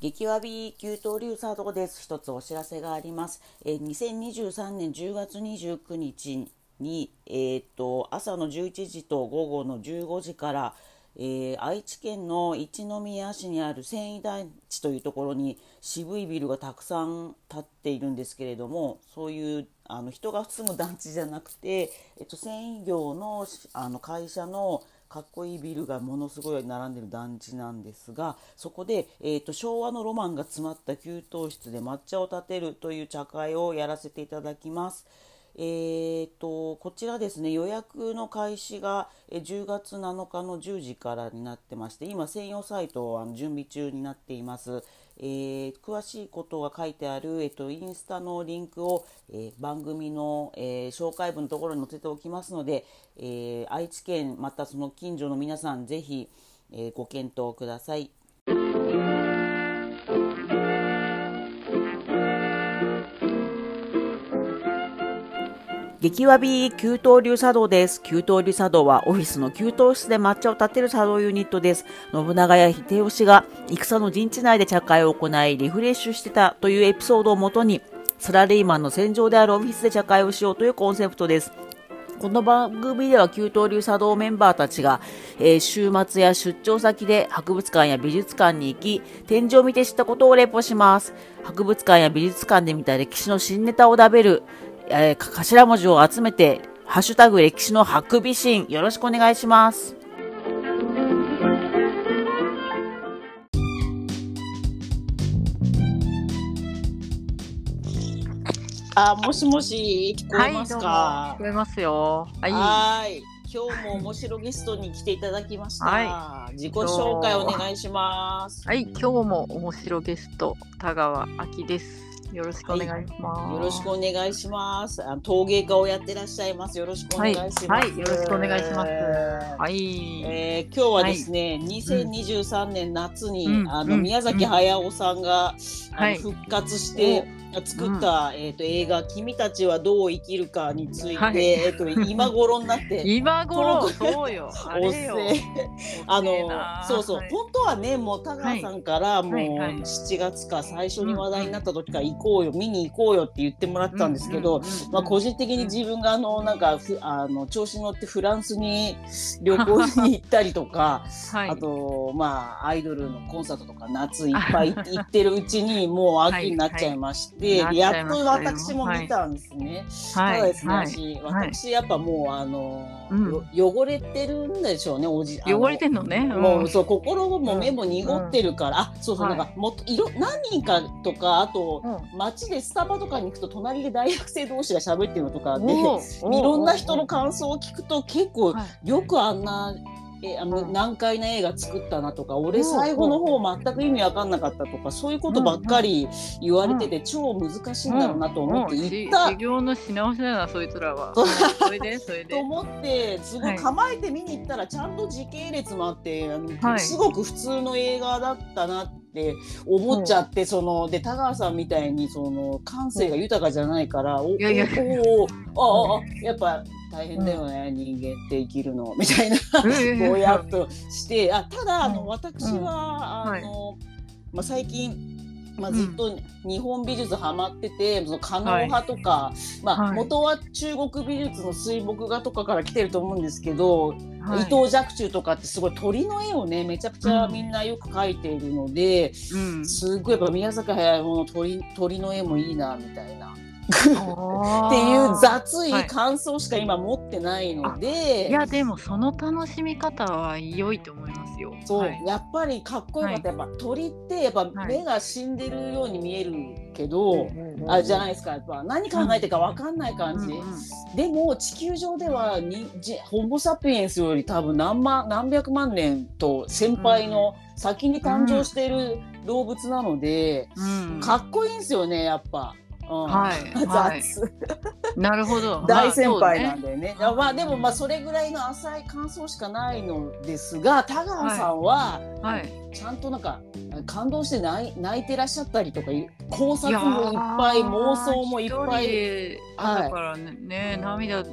激わび給湯流佐藤です。一つお知らせがあります。えー、2023年10月29日に、えー、と朝の11時と午後の15時から、えー愛知県の一宮市にある繊維団地というところに渋いビルがたくさん建っているんですけれどもそういうあの人が住む団地じゃなくて、えっと、繊維業のあの会社のかっこいいビルがものすごい並んでる団地なんですがそこで、えー、と昭和のロマンが詰まった給湯室で抹茶を立てるという茶会をやらせていただきます。えー、とこちらですね予約の開始がえー10月7日の10時からになってまして今専用サイトをあの準備中になっています、えー詳しいことが書いてある、えー、とインスタのリンクを、えー番組の、えー紹介文のところに載せておきますので、えー愛知県またその近所の皆さんぜひ、えーご検討ください激わび給湯流茶道です。給湯流茶道はオフィスの給湯室で抹茶を立てる茶道ユニットです。信長や秀吉が戦の陣地内で茶会を行いリフレッシュしてたというエピソードをもとにサラリーマンの戦場であるオフィスで茶会をしようというコンセプトです。この番組では給湯流茶道メンバーたちが、えー週末や出張先で博物館や美術館に行き展示を見て知ったことをレポします博物館や美術館で見た歴史の新ネタを食べる、えーか頭文字を集めて「ハッシュタグ歴史のハクビシン」よろしくお願いしますあもしもし聞こえますか、はい、どうも聞こえますよ。はい。はーい。今日も面白ゲストに来ていただきました。は自己紹介お願いします。はい、今日も面白ゲスト田川明です。よろしくお願いします。よろしくお願いします。あ陶芸家をやってらっしゃいます。よろしくお願いします。はいはいよろしくお願いしますははい。えー今日はですね、2023年夏に、うんあの、うん宮崎駿さんが、あのはい復活して作った、えっ、と映画君たちはどう生きるかについて、はいえっ、と今頃になっ て今頃 そうよ。あおれよ。せあ遅えのなそうそう、はい本当はねもう田川さんからもうはいはい7月か最初に話題になった時から行こうよ、見に行こうよって言ってもらってたんですけど、うんうんうんまあ、個人的に自分があのなんかふあの調子に乗ってフランスに旅行に行ったりとか、 はいあとまあアイドルのコンサートとか夏いっぱい行ってるうち にもう秋になっちゃいまして、はいはいやっと私も見たんですね。ただですね、はい私はい私やっぱもうあの、うんよ汚れてるんでしょうねおじあの汚れてんのね。んもうそう心も目も濁ってるから、あそうそう、はいなんかもっと色何人かとかあとうん街でスタバとかに行くと隣で大学生同士が喋ってるのとかでいおーおーろんな人の感想を聞くと結構はいよくあんな。えあのうん難解な映画作ったなとかう俺ん最後の方全く意味わかんなかったとかそういうことばっかり言われてて超難しいんだろうなと思ってうん行っした修行のし直しだよなそいつらは。そうそれでそれとで。思ってすごはいい構えて見に行ったらちゃんと時系列もあって、あのはいすごく普通の映画だったなって思っちゃって、そので田川さんみたいにその感性が豊かじゃないから、おいやいやおおおあああやっぱ大変だよね、人間って生きるのみたいなぼやっとしてあただあのうん私は、うんあの、まあ、最近まあ、うんずっと日本美術ハマってて、その狩野派とか、まあはい元は中国美術の水墨画とかから来てると思うんですけど、はい伊藤若冲とかってすごい鳥の絵をねめちゃくちゃみんなよく描いているので、うん。すごい やっぱ宮崎駿の鳥鳥の絵もいいなみたいな。っっていう雑はいい感想しか今持ってないので、いやでもその楽しみ方は良いと思いますよ。そう、はいやっぱりかっこよかった、やっぱ鳥ってやっぱはい目が死んでるように見えるけど、うんあじゃないですかやっぱ何考えてるかわかんない感じ、うんうんでも地球上ではにじホモ・サピエンスより多分何万何百万年と先輩の先に誕生している動物なので、うんかっこいいんですよねやっぱ。うんはい、 雑、はい、なるほ ど大先輩なんで、だよね。まあそうねまあでもまあそれぐらいの浅い感想しかないのですが田川さんは、まあそうねはい、ちゃんとなんか感動して泣い泣いてらっしゃったりとかいう考察もいっぱい妄想もいっぱいやー一人はいだからねね涙流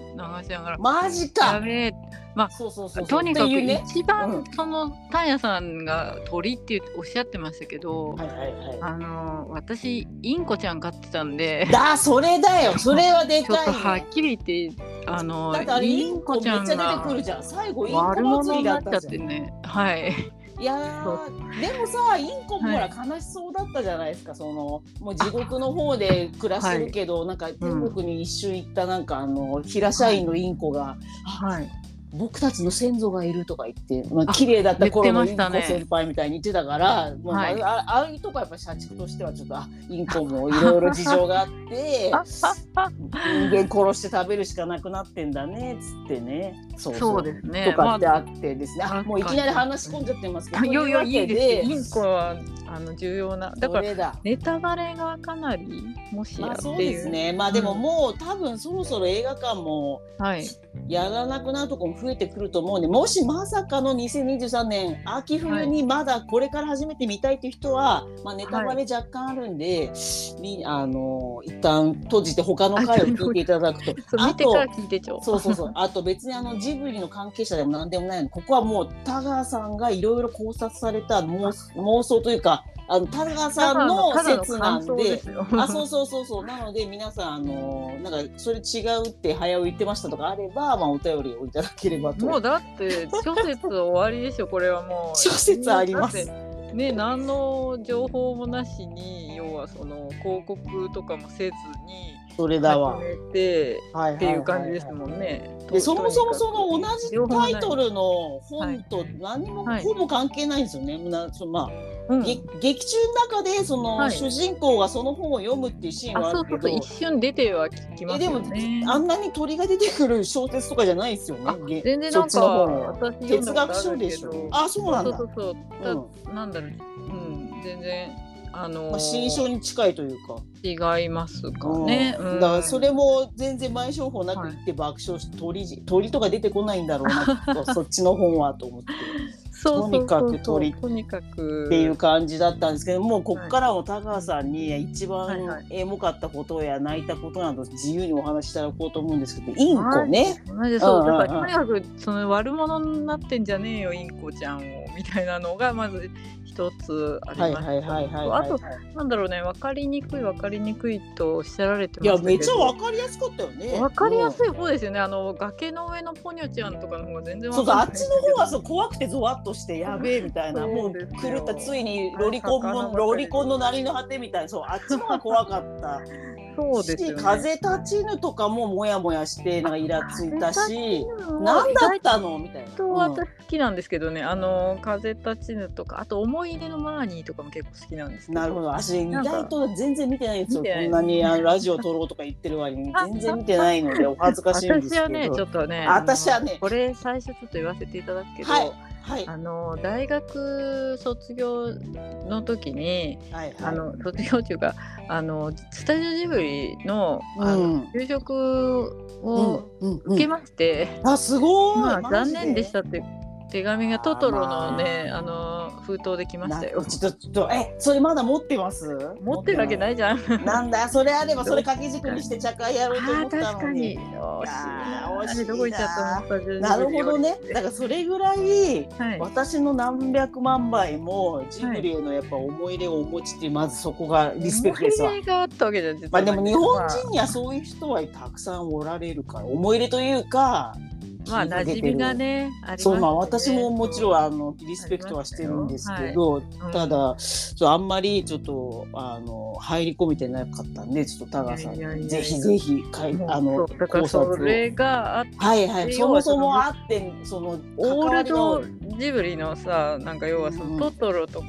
しながらマジやかべえまあそうそうそうそうとにかくっていうね一う番んそのタンヤさんが鳥っておっしゃってましたけど、はいはいはいあの私インコちゃん飼ってたんでだそれだよそれはでちょっかいとねはっきり言ってあのだってあれイインンココめっちちゃんゃ出てくるがじゃん最後イン悪コ祭者りにだっなっちゃたっじゃんてねはいいやーでもさインコもほら悲しそうだったじゃないですか、そのもう地獄の方で暮らしてるけど、なんか天国に一周行ったなんかあの平社員のインコが、はい僕たちの先祖がいるとか言って、まあ綺麗だった頃のインコ言ってましたね先輩みたいに言ってたから、もうあはいあああいうとこやっぱ社畜としてはちょっとあインコもいろいろ事情があって 人間殺して食べるしかなくなってんだねっつってねそうそうですねとかってまあってですね、あ、もういきなり話し込んじゃってますけどあ、いやといやいうわけいですよインコはあの重要なだそかられだネタバレがかなりもしやまあっていう,、そうですねまあでももう多分そろそろ映画館もはいやらなくなるとこも増えてくると思うんでもしまさかの2023年秋冬にまだこれから初めて見たいという人は、まあ、ネタバレ若干あるんで、みあの一旦閉じて他の回を聞いていただくと そうあ見てからと聞いてちょうそうそうそう あと別にあのジブリの関係者でも何でもないのでここはもう田川さんがいろいろ考察された妄妄想というかあの田川さんのただ説なん感想で。すよあそうそうそうそうなので皆さんあのなんかそれ違うって早う言ってましたとかあればまあお便りをいただければと もうだって諸説終わりでしょこれはも う諸説ありますだってね何の情報もなしに要はその広告とかもせずにそれだわ始。めてはいっていう感じですもん。んね。でそもそもそのと同じ両方なタいイトルの本と何もはいほぼ関係ないんですよね。なそのまうあ、んげ劇中の中でそのはい主人公がその本を読むっていうシーンはああそうるそけうそうど一。瞬出ては聞きえますでよもね。あんなに鳥が出てくる小説とかじゃないですよあね。全然そなっんちかの本は私読ん哲学だことあ書るでけしどょ。あそうなんそうだそ。うそうた、うんなんだろううん全然あのーまあ新書に近いというか。違いますかね。うんうんだからそれも全然前情報なく行って爆笑して鳥じ鳥とか出てこないんだろうな とそっちの本はと思ってそうそうそうそうとにかく鳥とにかくっていう感じだったんですけどもうこっからも高橋さんに一はいは番いエモかったことや泣いたことなど自由にお話しいただこうと思うんですけどインコねマジでそう、うんうんうんだからとにかくその悪者になってんじゃねえよインコちゃんをみたいなのがまず一つありまはいした、はいはいはいあとはいはいなんだろうね分かりにくい分かりにくいとおっしゃられていまやしたけめどっちゃわかりやすかったよね分かりやい、すい方ですよね、あの崖の上のポニョちゃんとかの方が全然うんそうそう分かあんっないちの方はそう怖くてゾワっとしてやべえみたいなもそううですよ狂ったついにロリコンもロリコンのなりの果てみたいなそうあっちの方が怖かったそうですよねし風立ちぬとかもモヤモヤしてなんかイラついたしな何んだだっったのみたいな、と私好きなんですけどね、あの風立ちぬとかあと思い出のマーニーとかも結構好きなんでうすけんどなるほど私意なんか外と全然見てないんですよ見てこないんなにあのラジオ撮ろうとか言ってる割 に全然見てないのでお恥ずかしいんですけ私どはねちょっとね私はねあのこれ最初ちょっと言わせていただくけど、はいはいあの大学卒業の時に、はいはいあの卒業っていうかあのスタジオジブリのうんあの、就職をうんうん受けまして、あすごい、まあマ残ジ念でしたって手紙がトトロのねああの封筒で来ましたよな。ちょっとちょっとえそれまだ持ってます持ってるわけないいじゃん。あなんだそれあればそれ掛け軸にして茶会やろうと思ーった確のかにに。惜しあー惜しいないなあれどこ行っちゃったのスタジオジブリなるほどねだからそれぐらいはい。私の何百万倍もジブリへのやっぱ思い入れをお持ちっていうまずそこがリスペクトですわ思。い出があったわけじゃん実はまあでも日本人にはそういう人はたくさんおられるから思い入れというかま気あにかけ馴てる染みがねありますねそうまあ私ももちろんあのリスペクトはしてるんですけど、ただちょあんまりちょっとあの入り込めてなかったんでちょっと田川さんいやいやいやいやぜひぜひかいもうあのそうだから考察そをれがあってはいはいそ要もはそそのもあってそのオール関わドりのジブリのさなんか要はそうんのトトロとか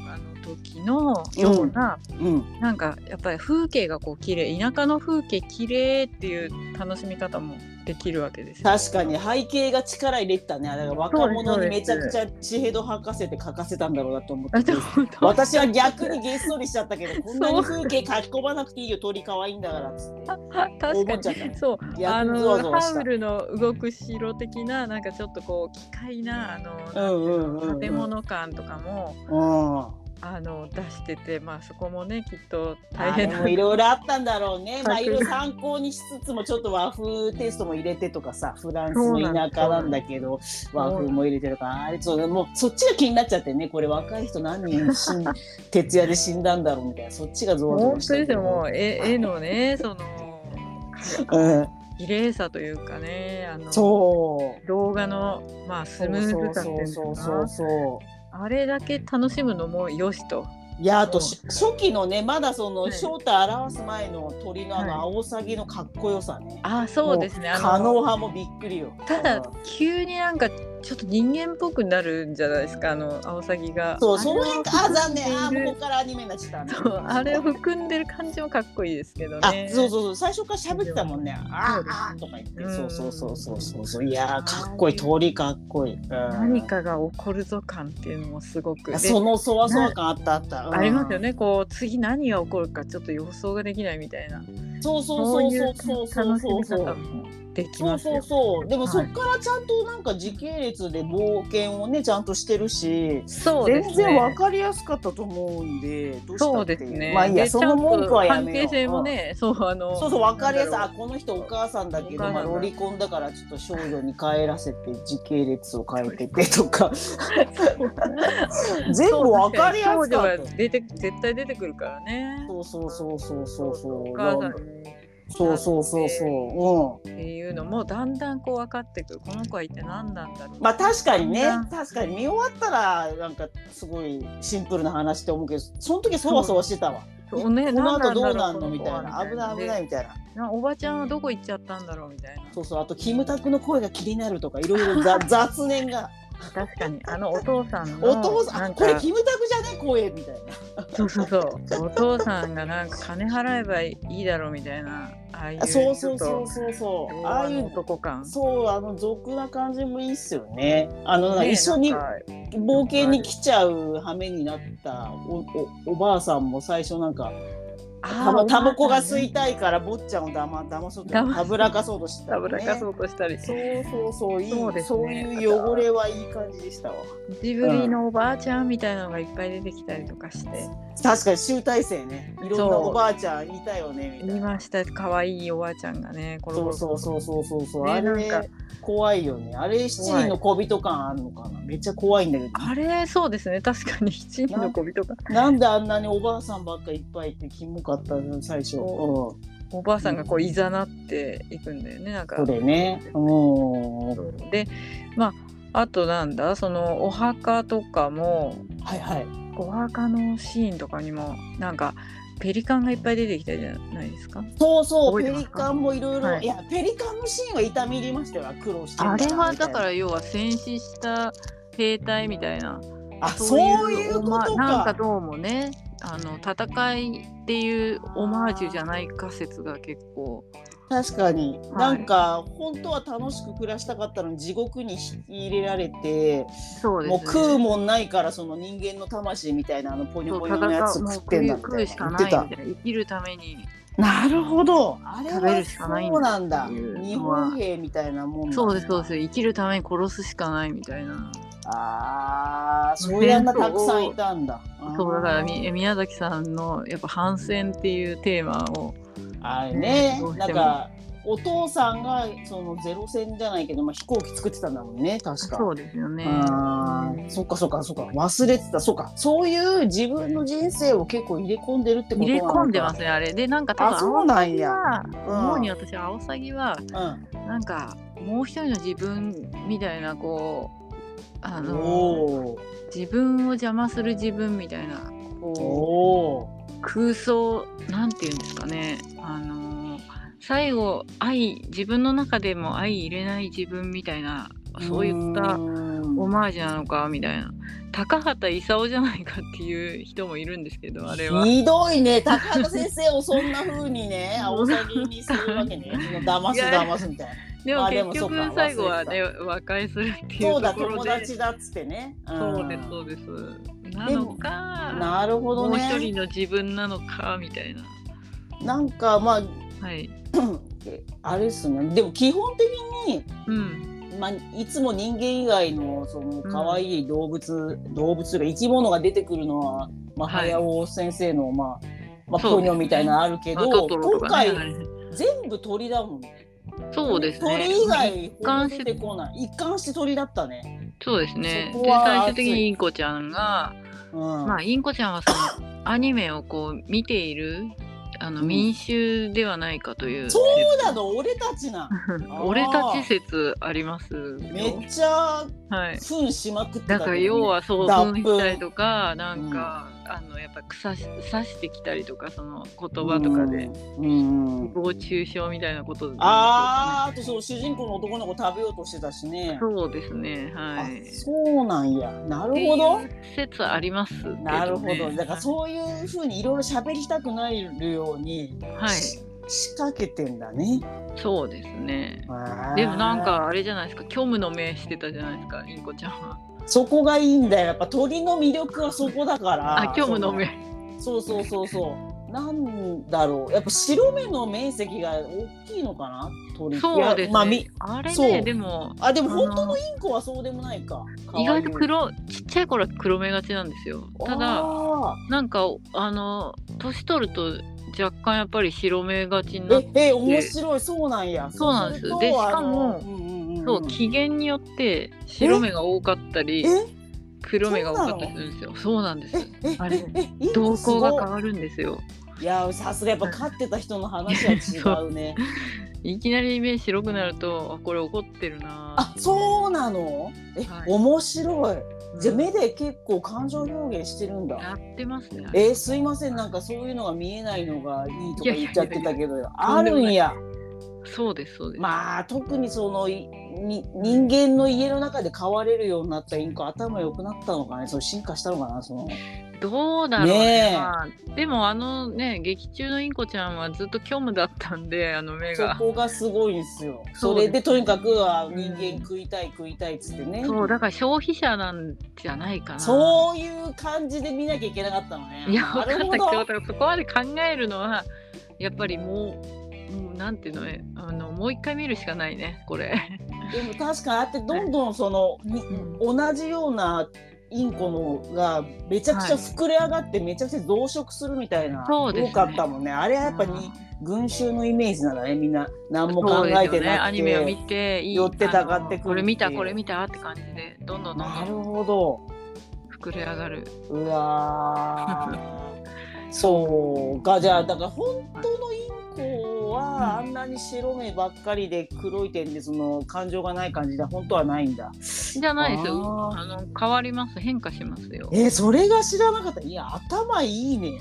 の時のような、うんなんかやっぱり風景がこう綺麗田舎の風景綺麗っていう楽しみ方もできるわけですよ確かに背景が力入れてたねだから若者にめちゃくちゃ地平道博士って書かせたんだろうなと思っあてでも本当私は逆にげっそりしちゃったけ どこんなに風景書き込まなくていいよ鳥可愛いんだからっつって確思っちゃかったにそうあ逆にゾワゾのワしハたウルの動く城的ななんかちょっとこう機械なあの、うんうんうんうん建物感とかもうあの出してて、まあ、そこもねきっと大大変変でなもいろいろあったんだろう ね。まあはいいろいろ参考にしつつもちょっと和風テイストも入れてとかさ、フランスの田舎なんだけど和風も入れてるから、あれそうもうそっちが気になっちゃってね。これ若い人何人死ん徹夜で死んだんだろうみたいな、そっちがゾワゾ本ワし当てですよもう 絵絵のねそのうん、綺麗さというかねあのそう。動画の、まあ、スムーズさってそいうそううのかそうなそう。あれだけ楽しむのもよしと。いやあとそし初期のねまだそはのい正体表す前の鳥のあのはい青サギのかっこよさね。あそうですねあ可能の派もびっくりよ。たうんだ急になんかちょっと人間っぽくなるんじゃないですかあのアオサギが。そう、あれその辺か、あ、残念、あ、うんここからアニメになっちゃった。そうあれを含んでる感じもかっこいいですけどあね。、そうそうそう、最初から喋ってたもんね。あーそうですあーとか言って、うんそうそうそうそうそうそう、いやー、かっこいい、鳥かっこいい。うん何。かが起こるぞ感っていうのもすごくあでそのそわそわ感あったあった。うんありますよ。ねこう次何が起こるかちょっと予想ができないみたいなそうそそううそいううそうそう楽しそうみそ方う。もできそまうすそうよ。そうでもはいそっからちゃんとなんか時系列で冒険をねちゃんとしてるし、そうです全ね然わかりやすかったと思うんでどうしたそっうていですうね。まあいいやでその文句はやめようちゃんと関係性もね、そう、あの、そうそう分かりやすいなんあだこの人お母さんだけおど母さんまあだロリコンだからちょっと少女に帰らせて時系列を変えててと か全部分かりやす少女かがった。出て、絶対出てくるからね。そうそうそうそうそうそおう母さんにっそうそうそうそうていうのも、だんだんこう分かってくる。この子は一体何なんだろう。うんまあ確かにねだんだん確かに見終わったらなんかすごいシンプルな話って思うけどその時そわそわしてたわそうね、この後どうななんんだのろみたいな危ない危ないい。みたいなでなおばちゃんはどこ行っちゃったんだろうみたいな。そうそうあとキムタクの声が気になるとかいろいろ ざ雑念が確かに、あのお父さんの。お父さんなあんこれかキムタクじゃね声みたいな。そうそうそう。お父さんがなんか金払えばいいだろうみたいな。ああいう。あそうそうちょっとそうそうそうああああいいうう男感。そうあの俗な感じもいいっすよねあのなんかね一緒になんか冒険に来ちゃう羽目になったおおおばあさんも最初なんかあターバタバコが吸いたいから坊ちゃんをだま騙そうと騙たぶらかそうとしてたたよぶね、らかそうとしたり、そうそうそういいそうですねそういう汚れはいい感じでしたわジブリのおばあちゃんみたいなのがいっぱい出てきたりとかして、確かに集大成ねいろんなそうおばあちゃんいたよねみた見いなました可愛いおばあちゃんがねコロコそうロそうそうそうそうそう、ねあれなんか怖いよねあれ七人の小人感あるのかなめっちゃ怖いんだけどあれそうですね確かに七人の小人がなんであんなにおばあさんばっかいっぱいってキモかったの最初、うん、そおばあさんがこういざなっていくんだよねなんかこれねうんでまああとなんだそのお墓とかもはいはいお墓のシーンとかにもなんかペリカンがいっぱい出てきたじゃないですかそうそう覚ペえてまリすかカンもいろいろはいいやペリカンのシーンは痛み入りましたよ苦労してるなあれはだかみら要は戦死した兵隊みたいなたいなあそういうこまとかなんかどうもねあの戦いっていうオマージュじゃないか説が結構確かに、いなんか本当は楽しく暮らしたかったのに地獄に引き入れられてそうです、もね、う食うもんないからその人間の魂みたいなあのポニョそうポニョのやつ戦うもう食ってんだみ食たういしなか言なっいてたみたいな生きるためになるほど。あれ食べはるしかないんそだうなんだ。っていう日本兵みたいなもんだそうですそうです生きるために殺すしかないみたいなああ、そういうやんなたくさんいたんだ。そうだからあーみ宮崎さんのやっぱ反戦っていうテーマをあれねねどう、しなてもんかお父さんがそのゼロ戦じゃないけど、まあ飛行機作ってたんだもんね、確か。そうですよねあーそっかそっかそっか忘れてたそっかそういう自分の人生を結構入れ込んでるってこと入れ込んでますすねあれでなんか多分あそうなんやはうん思うに私アオサギはうんなんかもう一人の自分みたいなこうあのおー自分を邪魔する自分みたいなこおう空想なんていうんですかねあの最後愛自分の中でも相入れない自分みたいなーそういったーんオマージュなのかみたいな高畑勲じゃないかっていう人もいるんですけどあれは。ひどいね高畑先生をそんな風にね青さぎにするわ けね騙すいや騙すみたいなでまもあでも結そうか局最後はね和解するっていうそうだところ友で達だっつってねんそうですそうですなのかなるほどもう一ね人の自分なのかみたいな。なんかまあはい。あれっすねでも基本的にうん。まあ、いつも人間以外のその可愛い動物、動物というか生き物が出てくるのは、まあ、はい早尾先生の、まあまあ、そポうでニすねョみたいなのあるけまあど、トトロ今とかね回全部鳥だもんね。そうですね鳥以外一貫して出てこない。一貫して鳥だったね。そうですねそでこは最終的にインコちゃんがうん。まあ、インコちゃんはそのアニメをこう見ているあのうん民衆ではないかという、そうだの俺たちな。 俺たち説ありますよめっちゃはい糞しまくってたけだどねから要はそう脱分糞したりとかなんか、あのやっぱ草し刺してきたりとかその言葉とかで。。うん。うん誹謗中傷みたいなことですねあーあとそう主人公の男の子食べようとしてたしね。そうですねはあいそうなんや。なるほどっ。ていう説ありますけどね、なるほど。だからうそういうふうにいろいろ喋りたくなるようにはいし仕掛けてんだね。そうですねあーでもなんかあれじゃないですか虚無の目してたじゃないですかインコちゃんはそこがいいんだよ。やっぱ鳥の魅力はそこだから。あ虚無の目そうそうそうそう。なんだろう。やっぱ白目の面積が大きいのかな。鳥。そういですやね、まああ、み、れそうねでもあでも本当のインコはそうでもないか。意外とか黒ちっちゃい頃は黒目がちなんですよわいいただなんかあの年取ると若干やっぱり白目がちになってええ面白いそうなんやそうなんですれとでしかあのもんんんんそう機嫌によって白目が多かったりえ黒目が多かったりするんですよそうなんでえすえあれええイン動コすご向いが変わるんですよいやさすがやっぱ飼ってた人の話は違うね いきなり目白くなるとあこれ怒ってるなあそうなのえ、はい面白いぁじゃあ目で結構感情表現してるんだやってますねあれえー、すいませんなんかそういうのが見えないのがいいとか言っちゃってたけどやあいやるんやそうですそうです、まあ特にそのいに人間の家の中で飼われるようになったインコ頭良くなったのかねそう進化したのかなそのどうだろうねねえまあでもあのね劇中のインコちゃんはずっと虚無だったんであの目そがこがすごいんですよそそうですれでとにかくはうん人間食いたい食いたいっつってねそうだから消費者なんじゃないかなそういう感じで見なきゃいけなかったのねいやな分るかっほどたけどだからそこまで考えるのはやっぱりもうもうなんていうのねあのもう一回見るしかないねこれでも確かにああやってどんどんその、に同じようなインコのがめちゃくちゃ膨れ上がってめちゃくちゃ増殖するみたいな、そうですね多かったもんねあれはやっぱうにん群衆のイメージならねみんな何もそ考うですえよてなくて、ねアニメを見ていい寄ってたかってくるっていうあのこれ見たこれ見たって感じでどんどんどなんるどんほど膨れ上がるうわーそうかじゃあだから本当のインコはあんなに白目ばっかりで黒い点でその感情がない感じで本当はないんだじゃないですよあーあの変わります変化しますよえーそれが知らなかったいや頭いいね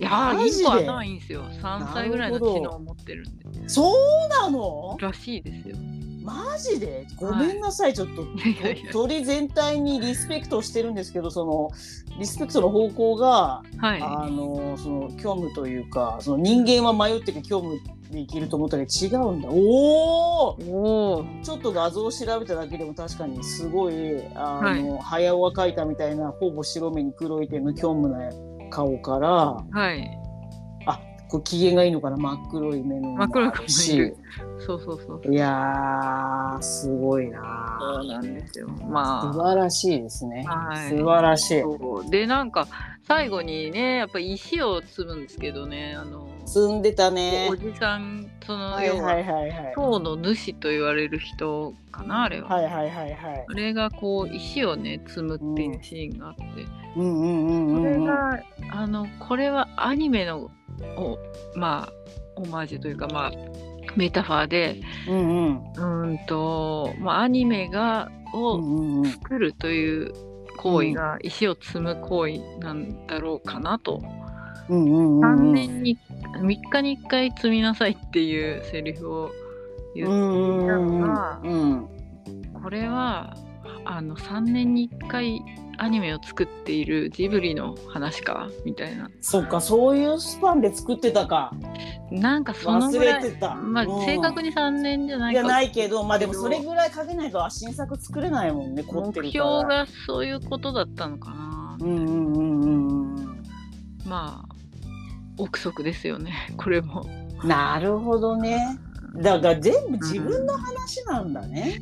いやーマイジでンコ頭いいんですよ3歳ぐらいの知能を持ってるんでそうなのらしいですよマジでごめんなさい、ちょっといやいやいや鳥全体にリスペクトしてるんですけどそのリスペクトの方向が はいあのその虚無というかその人間は迷ってる虚無で生きると思ったけど違うんだおおおおちょっと画像を調べただけでも確かにすごいあの、早尾が描いたみたいなほぼ白目に黒い点の虚無な顔からはいあこれ機嫌がいいのかな真っ黒い目の真っ黒いもあ顔るいしるそうそうそういやーすごいなそうなんですよ素ま晴らしいですね、はい素晴らしあいそうでなんか最後にねやっぱり石を積むんですけどねあの積んでたねおじさんそのはい要ははいはいはい塔の主と言われる人かなあれは。はいはいはいはいあれがこう石をね積むっていうシーンがあって、うんうんうんうこれんうんがあのこれはアニメのおまあオマージュというかまあメタファーでうんうんうーんと、まあ、アニメがをうんうんうん作るという行為が石を積む行為なんだろうかなと、うんうんうん3年に3日に1回積みなさいっていうセリフを言うう、んうんうんこれはあの3年に1回アニメを作っているジブリの話かみたいなそっかそういうスパンで作ってたかなんかその忘ぐられいてた、まあ、うん正確に3年じゃないいやかないけどまあでもそれぐらいかけないと新作作れないもんね凝目ってる標からがそういうことだったのかな、うんうんうんうんうんまあ憶測ですよね これも。なるほどねだから全部自分の話なんだね、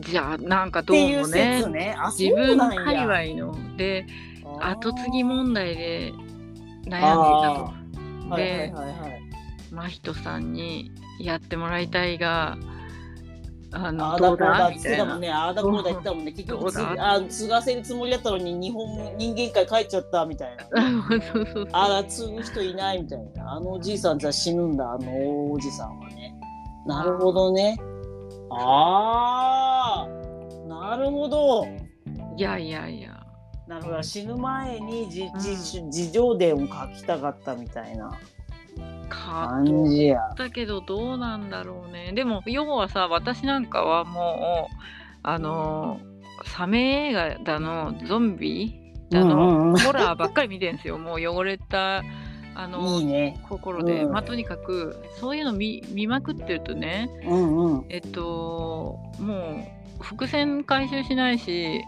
じゃあなんかどていううもね説ね。あ自分のそうなんや界隈のであー後継ぎ問題で悩んでいたあとーはいはいはいはい真人さんにやってもらいたいがああのあだどうこうだっだてみ言ったてたいもんな。ね。ああだこうだ言ってたもんね。結ど局うつだあ継がせるつもりだったのに日本人間界帰っちゃったみたいな。 そうそうそうあら継ぐ人いないみたいな。あのおじいさんじゃ死ぬんだあのおじさんはね。なるほどね。ああなるほど。いやいやいやなるほど死ぬ前にじ、じう自情伝を書きたかったみたいなか感じや。だけどどうなんだろうねでも要はさ私なんかはもうあのサメ映画だのゾンビだうの、んうんうんホラーばっかり見てんですよもう汚れたあのいいね。心で、うんまあとにかくそういうの見見まくってるとねうんうん。えっと、もう伏線回収しないし、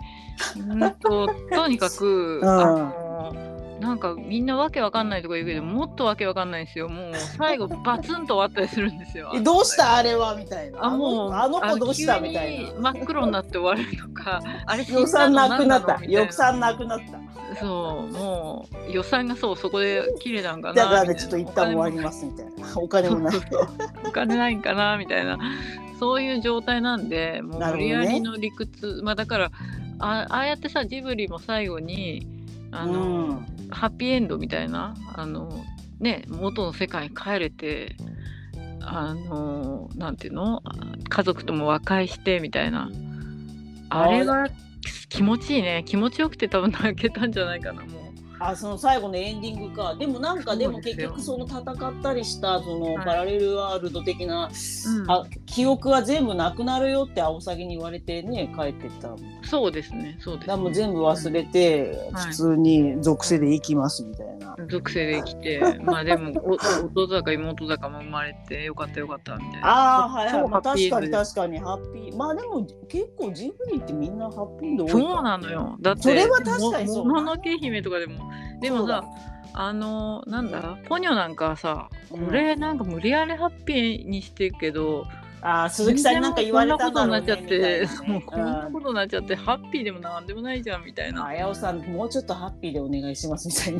うん と、とにかく、うんあの、なんかみんなわけわかんないとか言うけど、もっとわけわかんないんですよ。もう最後バツンと終わったりするんですよ。えどうしたあれはみたいな。あもうあのあの子どうしたみたあのい急な。に真っ黒になって終わるとか、あれ予算なくなっ死んた。だの何の みい予算なくなった。そう、もう予算がそうそこで切れたんかな。だからねみちたょいっなと一旦終わりますみた いな。お金もない。お金ないんかなみたいなそういう状態なんでもうなるほど無理ねやりの理屈、まあだからあああやってさジブリも最後に あうの、ん。ハッピーエンドみたいなあの、ね、元の世界に帰れてあのなんていうのあ家族とも和解してみたいなあれは気持ちいいね気持ちよくて多分泣けたんじゃないかなもあその最後のエンディングかでもなんかでもそうで結すよ局その戦ったりしたそのはパいラレルワールド的な、うんあ記憶は全部なくなるよってアオサギに言われてね帰ってったもんだうそうですねそうでからすもうね全部忘れてはい普通に属性で生きますみたいな、属性で来て、まあでも、お弟だか妹だかも生まれて、よかったよかったみたいな。ああはいはい、超まあ、ハッピ確ーかにエンドで確かにハッピーまあでも結構ジブリってみんなハッピーの多いそうかなのよ。だって、それは確かにそうももののけ姫とかでも、でもさそ、あの、なんだ、ポニョなんかはさ、うん俺なんか無理やりハッピーにしてるけど、ああ鈴木さんになんか言われたんだろうねこんなことになっちゃって、そうみこたいんなねなうんことになっちゃって、ハッピーでもなんでもないじゃんみたいな。あやおさんもうちょっとハッピーでお願いしますみたいやに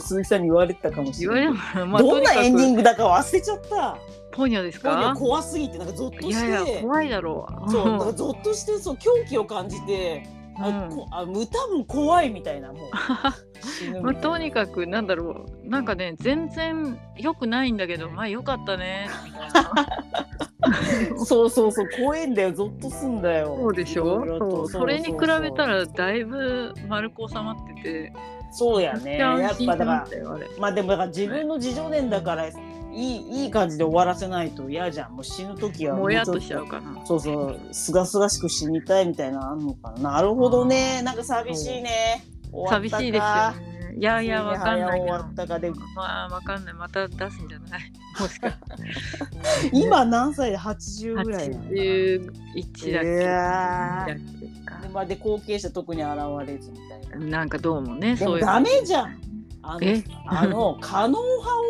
鈴木さんに言われてたかもし言れないわれるから、まあ、どんなとにかくエンディングだか忘れちゃった。ポニョです本人か怖すぎてなんかゾッとして、いやいや、怖いだろう。そうなんかゾッとしてそう狂気を感じて、あうんこあ歌も怖いみたいなもう。死ぬまあ、みたいとにかくなんだろうなんかね全然良くないんだけどまあ良かったね みたいななそうそうそう怖いんだよゾッとすんだよ。そうでしょいろいろそとうそれに比べたらだいぶ丸く収まっててそうやねやっぱだかまらったよあれまあでもだから自分の自情伝だからいいいい感じで終わらせないと嫌じゃんもう死ぬ時はももうちょやっっととしちゃうかなそうそう、すがすがしく死にたいみたいなのあんのかな。なるほどね、なんか寂しいね。寂しいですよね。ねいやいやわかんない終けわどったかで、まあわかんないまた出すんじゃ ないもしかして今何歳で八十ぐらいなのかな。 81だっけうわー82だっでまあで後継者特に現れずみたいけな。なんかどうもねでそもういうダメじゃん。あのえあの可能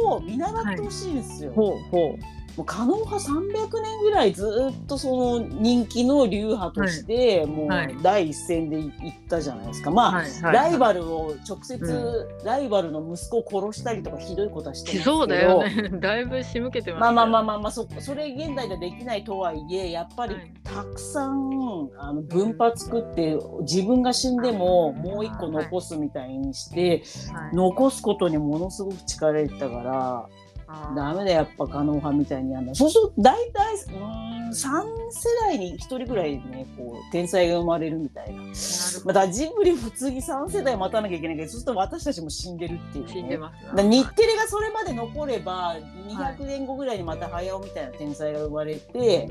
派を見習ってほしいんですよ。ほうほもう可能派300年ぐらいずっとその人気の流派として、もはいう第一線で行ったじゃないですか。う、まあ、はいはい、ライバルを直接、うライバルの息子を殺したりとかひどいことはしてしるんですけどそうだよねだいぶ仕向けてますまあまあまああまあまあそそれ現代ではできないとはいえやっぱりはいたくさんあの分派作って自分が死んでももう一個残すみたいにして残すことにものすごく力入れてたからダメだやっぱ狩野派みたいにやんないそうすると大体うーん3世代に1人ぐらいねこう天才が生まれるみたいな。まあだからジブリも次3世代待たなきゃいけないけどそうすると私たちも死んでるっていう、ね、死んでますだから日テレがそれまで残れば200年後ぐらいにまた早尾みたいな天才が生まれて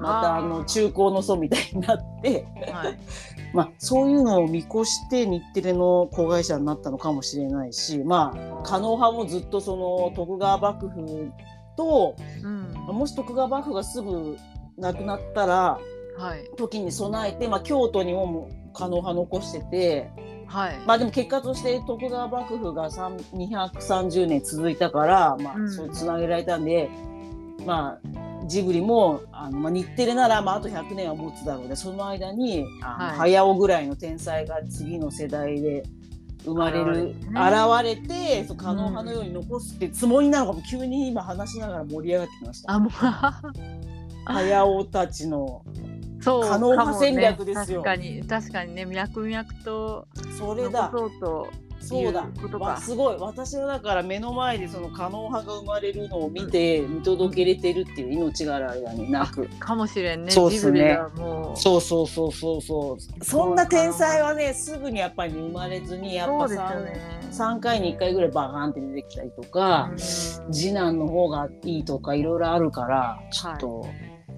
またあの中高の祖みたいになって、はいまあ、そういうのを見越して日テレの子会社になったのかもしれないしまあ狩野派もずっとその徳川幕府とうんもし徳川幕府がすぐ亡くなったらはい時に備えて、まあ、京都にも狩野派残してて。はいまあでも結果として徳川幕府が3 230年続いたから、まうあ、んそうつなげられたんで、まあジブリもあの、まあ、日テレなら、まあ、あと100年は持つだろうでその間にあの、はい早尾ぐらいの天才が次の世代で生まれる現れ,、てそう可能派のように残すってつもりなのかも急に今話しながら盛り上がってきましたあもう 早尾たちのそう可能派かもね戦略ですよ確かに確かにね脈々とそれだ残そうとそうだいうことかわすごい私はだから目の前でその可能派が生まれるのを見て見届けれてるっていう命がある間になくかもしれんねそうっジすブねリがもうそうそうそうそうそうそんな天才はねすぐにやっぱり生まれずにやっそぱうですよ 3, ね3回に1回ぐらいバーンって出てきたりとか、うん次男の方がいいとかいろいろあるからちょっと、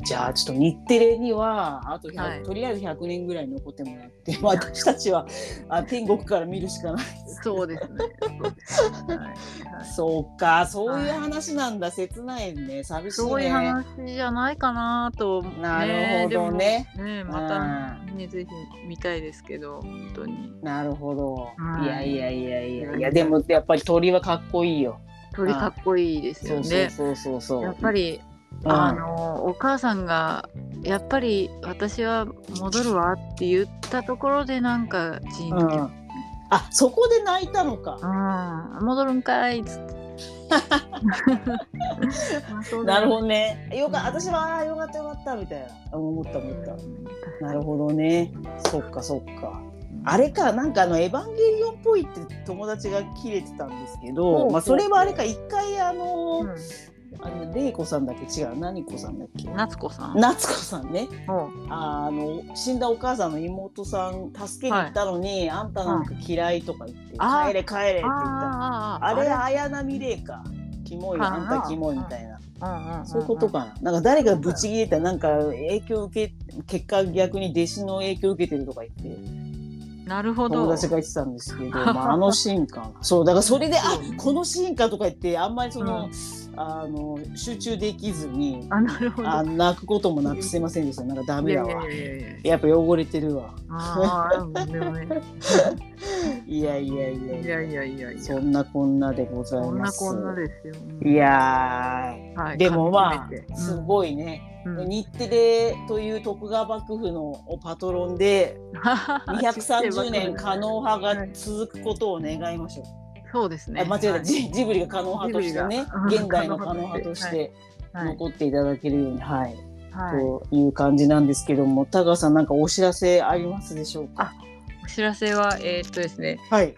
じゃあちょっと日テレにはあと100、はいとりあえず100年ぐらい残ってもらって私たちはあ天国から見るしかない。そうですねそうですねはいはいそうかそういう話なんだ、切ないね寂しいね。そういう話じゃないかなと思うねなるほどね。でもねまたね、ぜひ見たいですけど、本当に。なるほど。はいいやいやいやいやいや、でもやっぱり鳥はかっこいいよ。鳥かっこいいですそようそうね。そうそうそう。やっぱり、うん、あのお母さんがやっぱり私は戻るわって言ったところでなんかジーンうときん、あそこで泣いたのか。うん、戻るんかいっつって。 まあそうなだるねほどね。よかうん私はあーよかったよかったみたいなあ思った思った。うなるほどね。そっかそっか。あれかなんかあのエヴァンゲリオンっぽいって友達が切れてたんですけほうほど、うまあそれはあれか一回あんうのんあのレイコさんだっけ違う何子さんだっけ。夏子さん。夏子さんね。おあの死んだお母さんの妹さん助けに行ったのに、あんたなんか嫌いとか言って、あー帰れ帰れって言ったああーれ綾波レイかキモいかあんなたキモいみたいなうんんんんそういうことかななんか誰がブチ切れたらなんか影響受け結果逆に弟子の影響受けてるとか言ってなるほ友ど。達が言ってたんですけ ど、まあ、あのシーンかそうだからそれであこのシーンかとか言ってあんまりその、あの集中できずにあ、なるほど。あ泣くこともなくすいませんでしたなんかダメだわいやいやいやいややっぱ汚れてるわ。ああ、でもね。いやいやいやいいや。やいやいやいや。そんなこんなでございこんまなす。こんなですよ。いやはー、いでもまかみしめあ、てすごいね。 うんうん日テレという徳川幕府のパトロンで、230年可能派が続くことを願いましょう。そうですね。あ間違えはた、いジジブリが可能派としてねジブ、リが現代の可能派としてはい残っていただけるように、はい、はい。という感じなんですけども、田川さんなんかお知らせありますでしょうかお知らせは、えーっとですね、はい。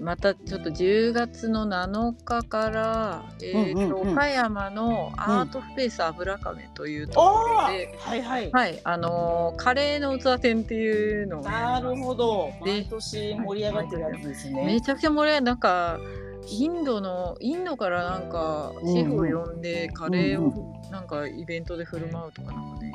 またちょっと10月の7日から、えーっと、うんうんうん岡山のアートスペース油亀というとおこーろで、はいはい。はい、あのーカレーの器店っていうのをなるほど。で毎年盛り上がってるやつですめね。ちゃくちゃ盛り上がるなんかインドのインドからなんかシェフを呼んでカレーうをんなんかイベントで振る舞うとかなんかね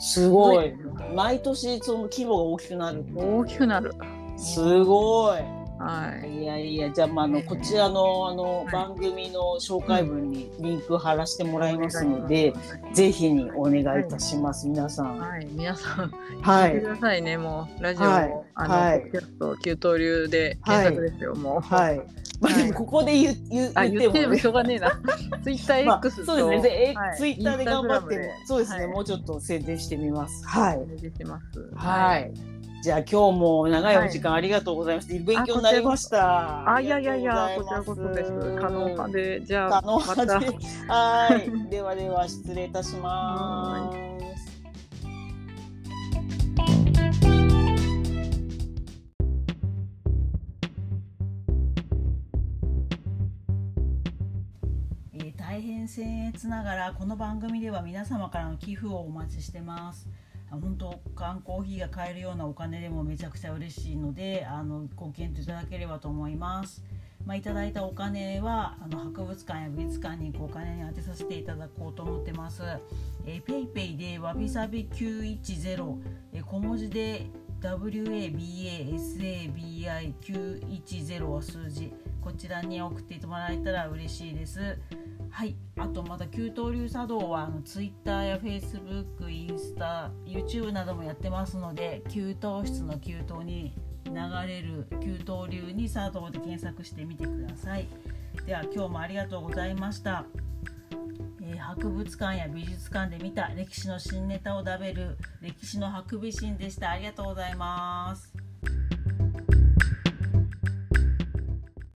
すごい。毎年その規模が大きくなる。大きくなるすごはいい。いやいや、じゃあ、まあ、あの、ねこちらの、あの、はい番組の紹介文にリンク貼らせてもらいますのおで。願いしますぜひにお願いいたします。皆さん。はい皆さんは聞いいてく。ださいねもうラジオはいもあのはいポッドキャスト給湯流で検索ですよもうはい。まあ、でも、ここで言う、言うあ言言っっててももねしょ。うがね えなツイッタまーあ、 X そうですね、とではえいツイッターで頑張っても Instagram で、そうですね、はいもうちょっと宣伝してみます。はいお。願いしますはい。じゃあ今日も長いお時間ありがとうございました。勉強になりました。あいやいやいやこちらこことです可能派で。でじゃ可あ能派までた。はい。ではでは失礼いたします。えー大変僭越ながらこの番組では皆様からの寄付をお待ちしてます。あ本当缶コーヒーが買えるようなお金でもめちゃくちゃ嬉しいのであのご検討いただければと思います。まあ、いただいたお金はあの博物館や美術館に行くお金に充てさせていただこうと思ってます。えー、ペイペイでわびさび910、えー小文字で WABASABI910 は数字こちらに送ってもらえたら嬉しいです。はい、あとまた給湯流茶道はあの Twitter や Facebook、インスタ、YouTube などもやってますので給湯室の給湯に流れる給湯流に茶道で検索してみてください。では今日もありがとうございました。えー、博物館や美術館で見た歴史の新ネタを食べる歴史のハクビシンでしたありがとうございます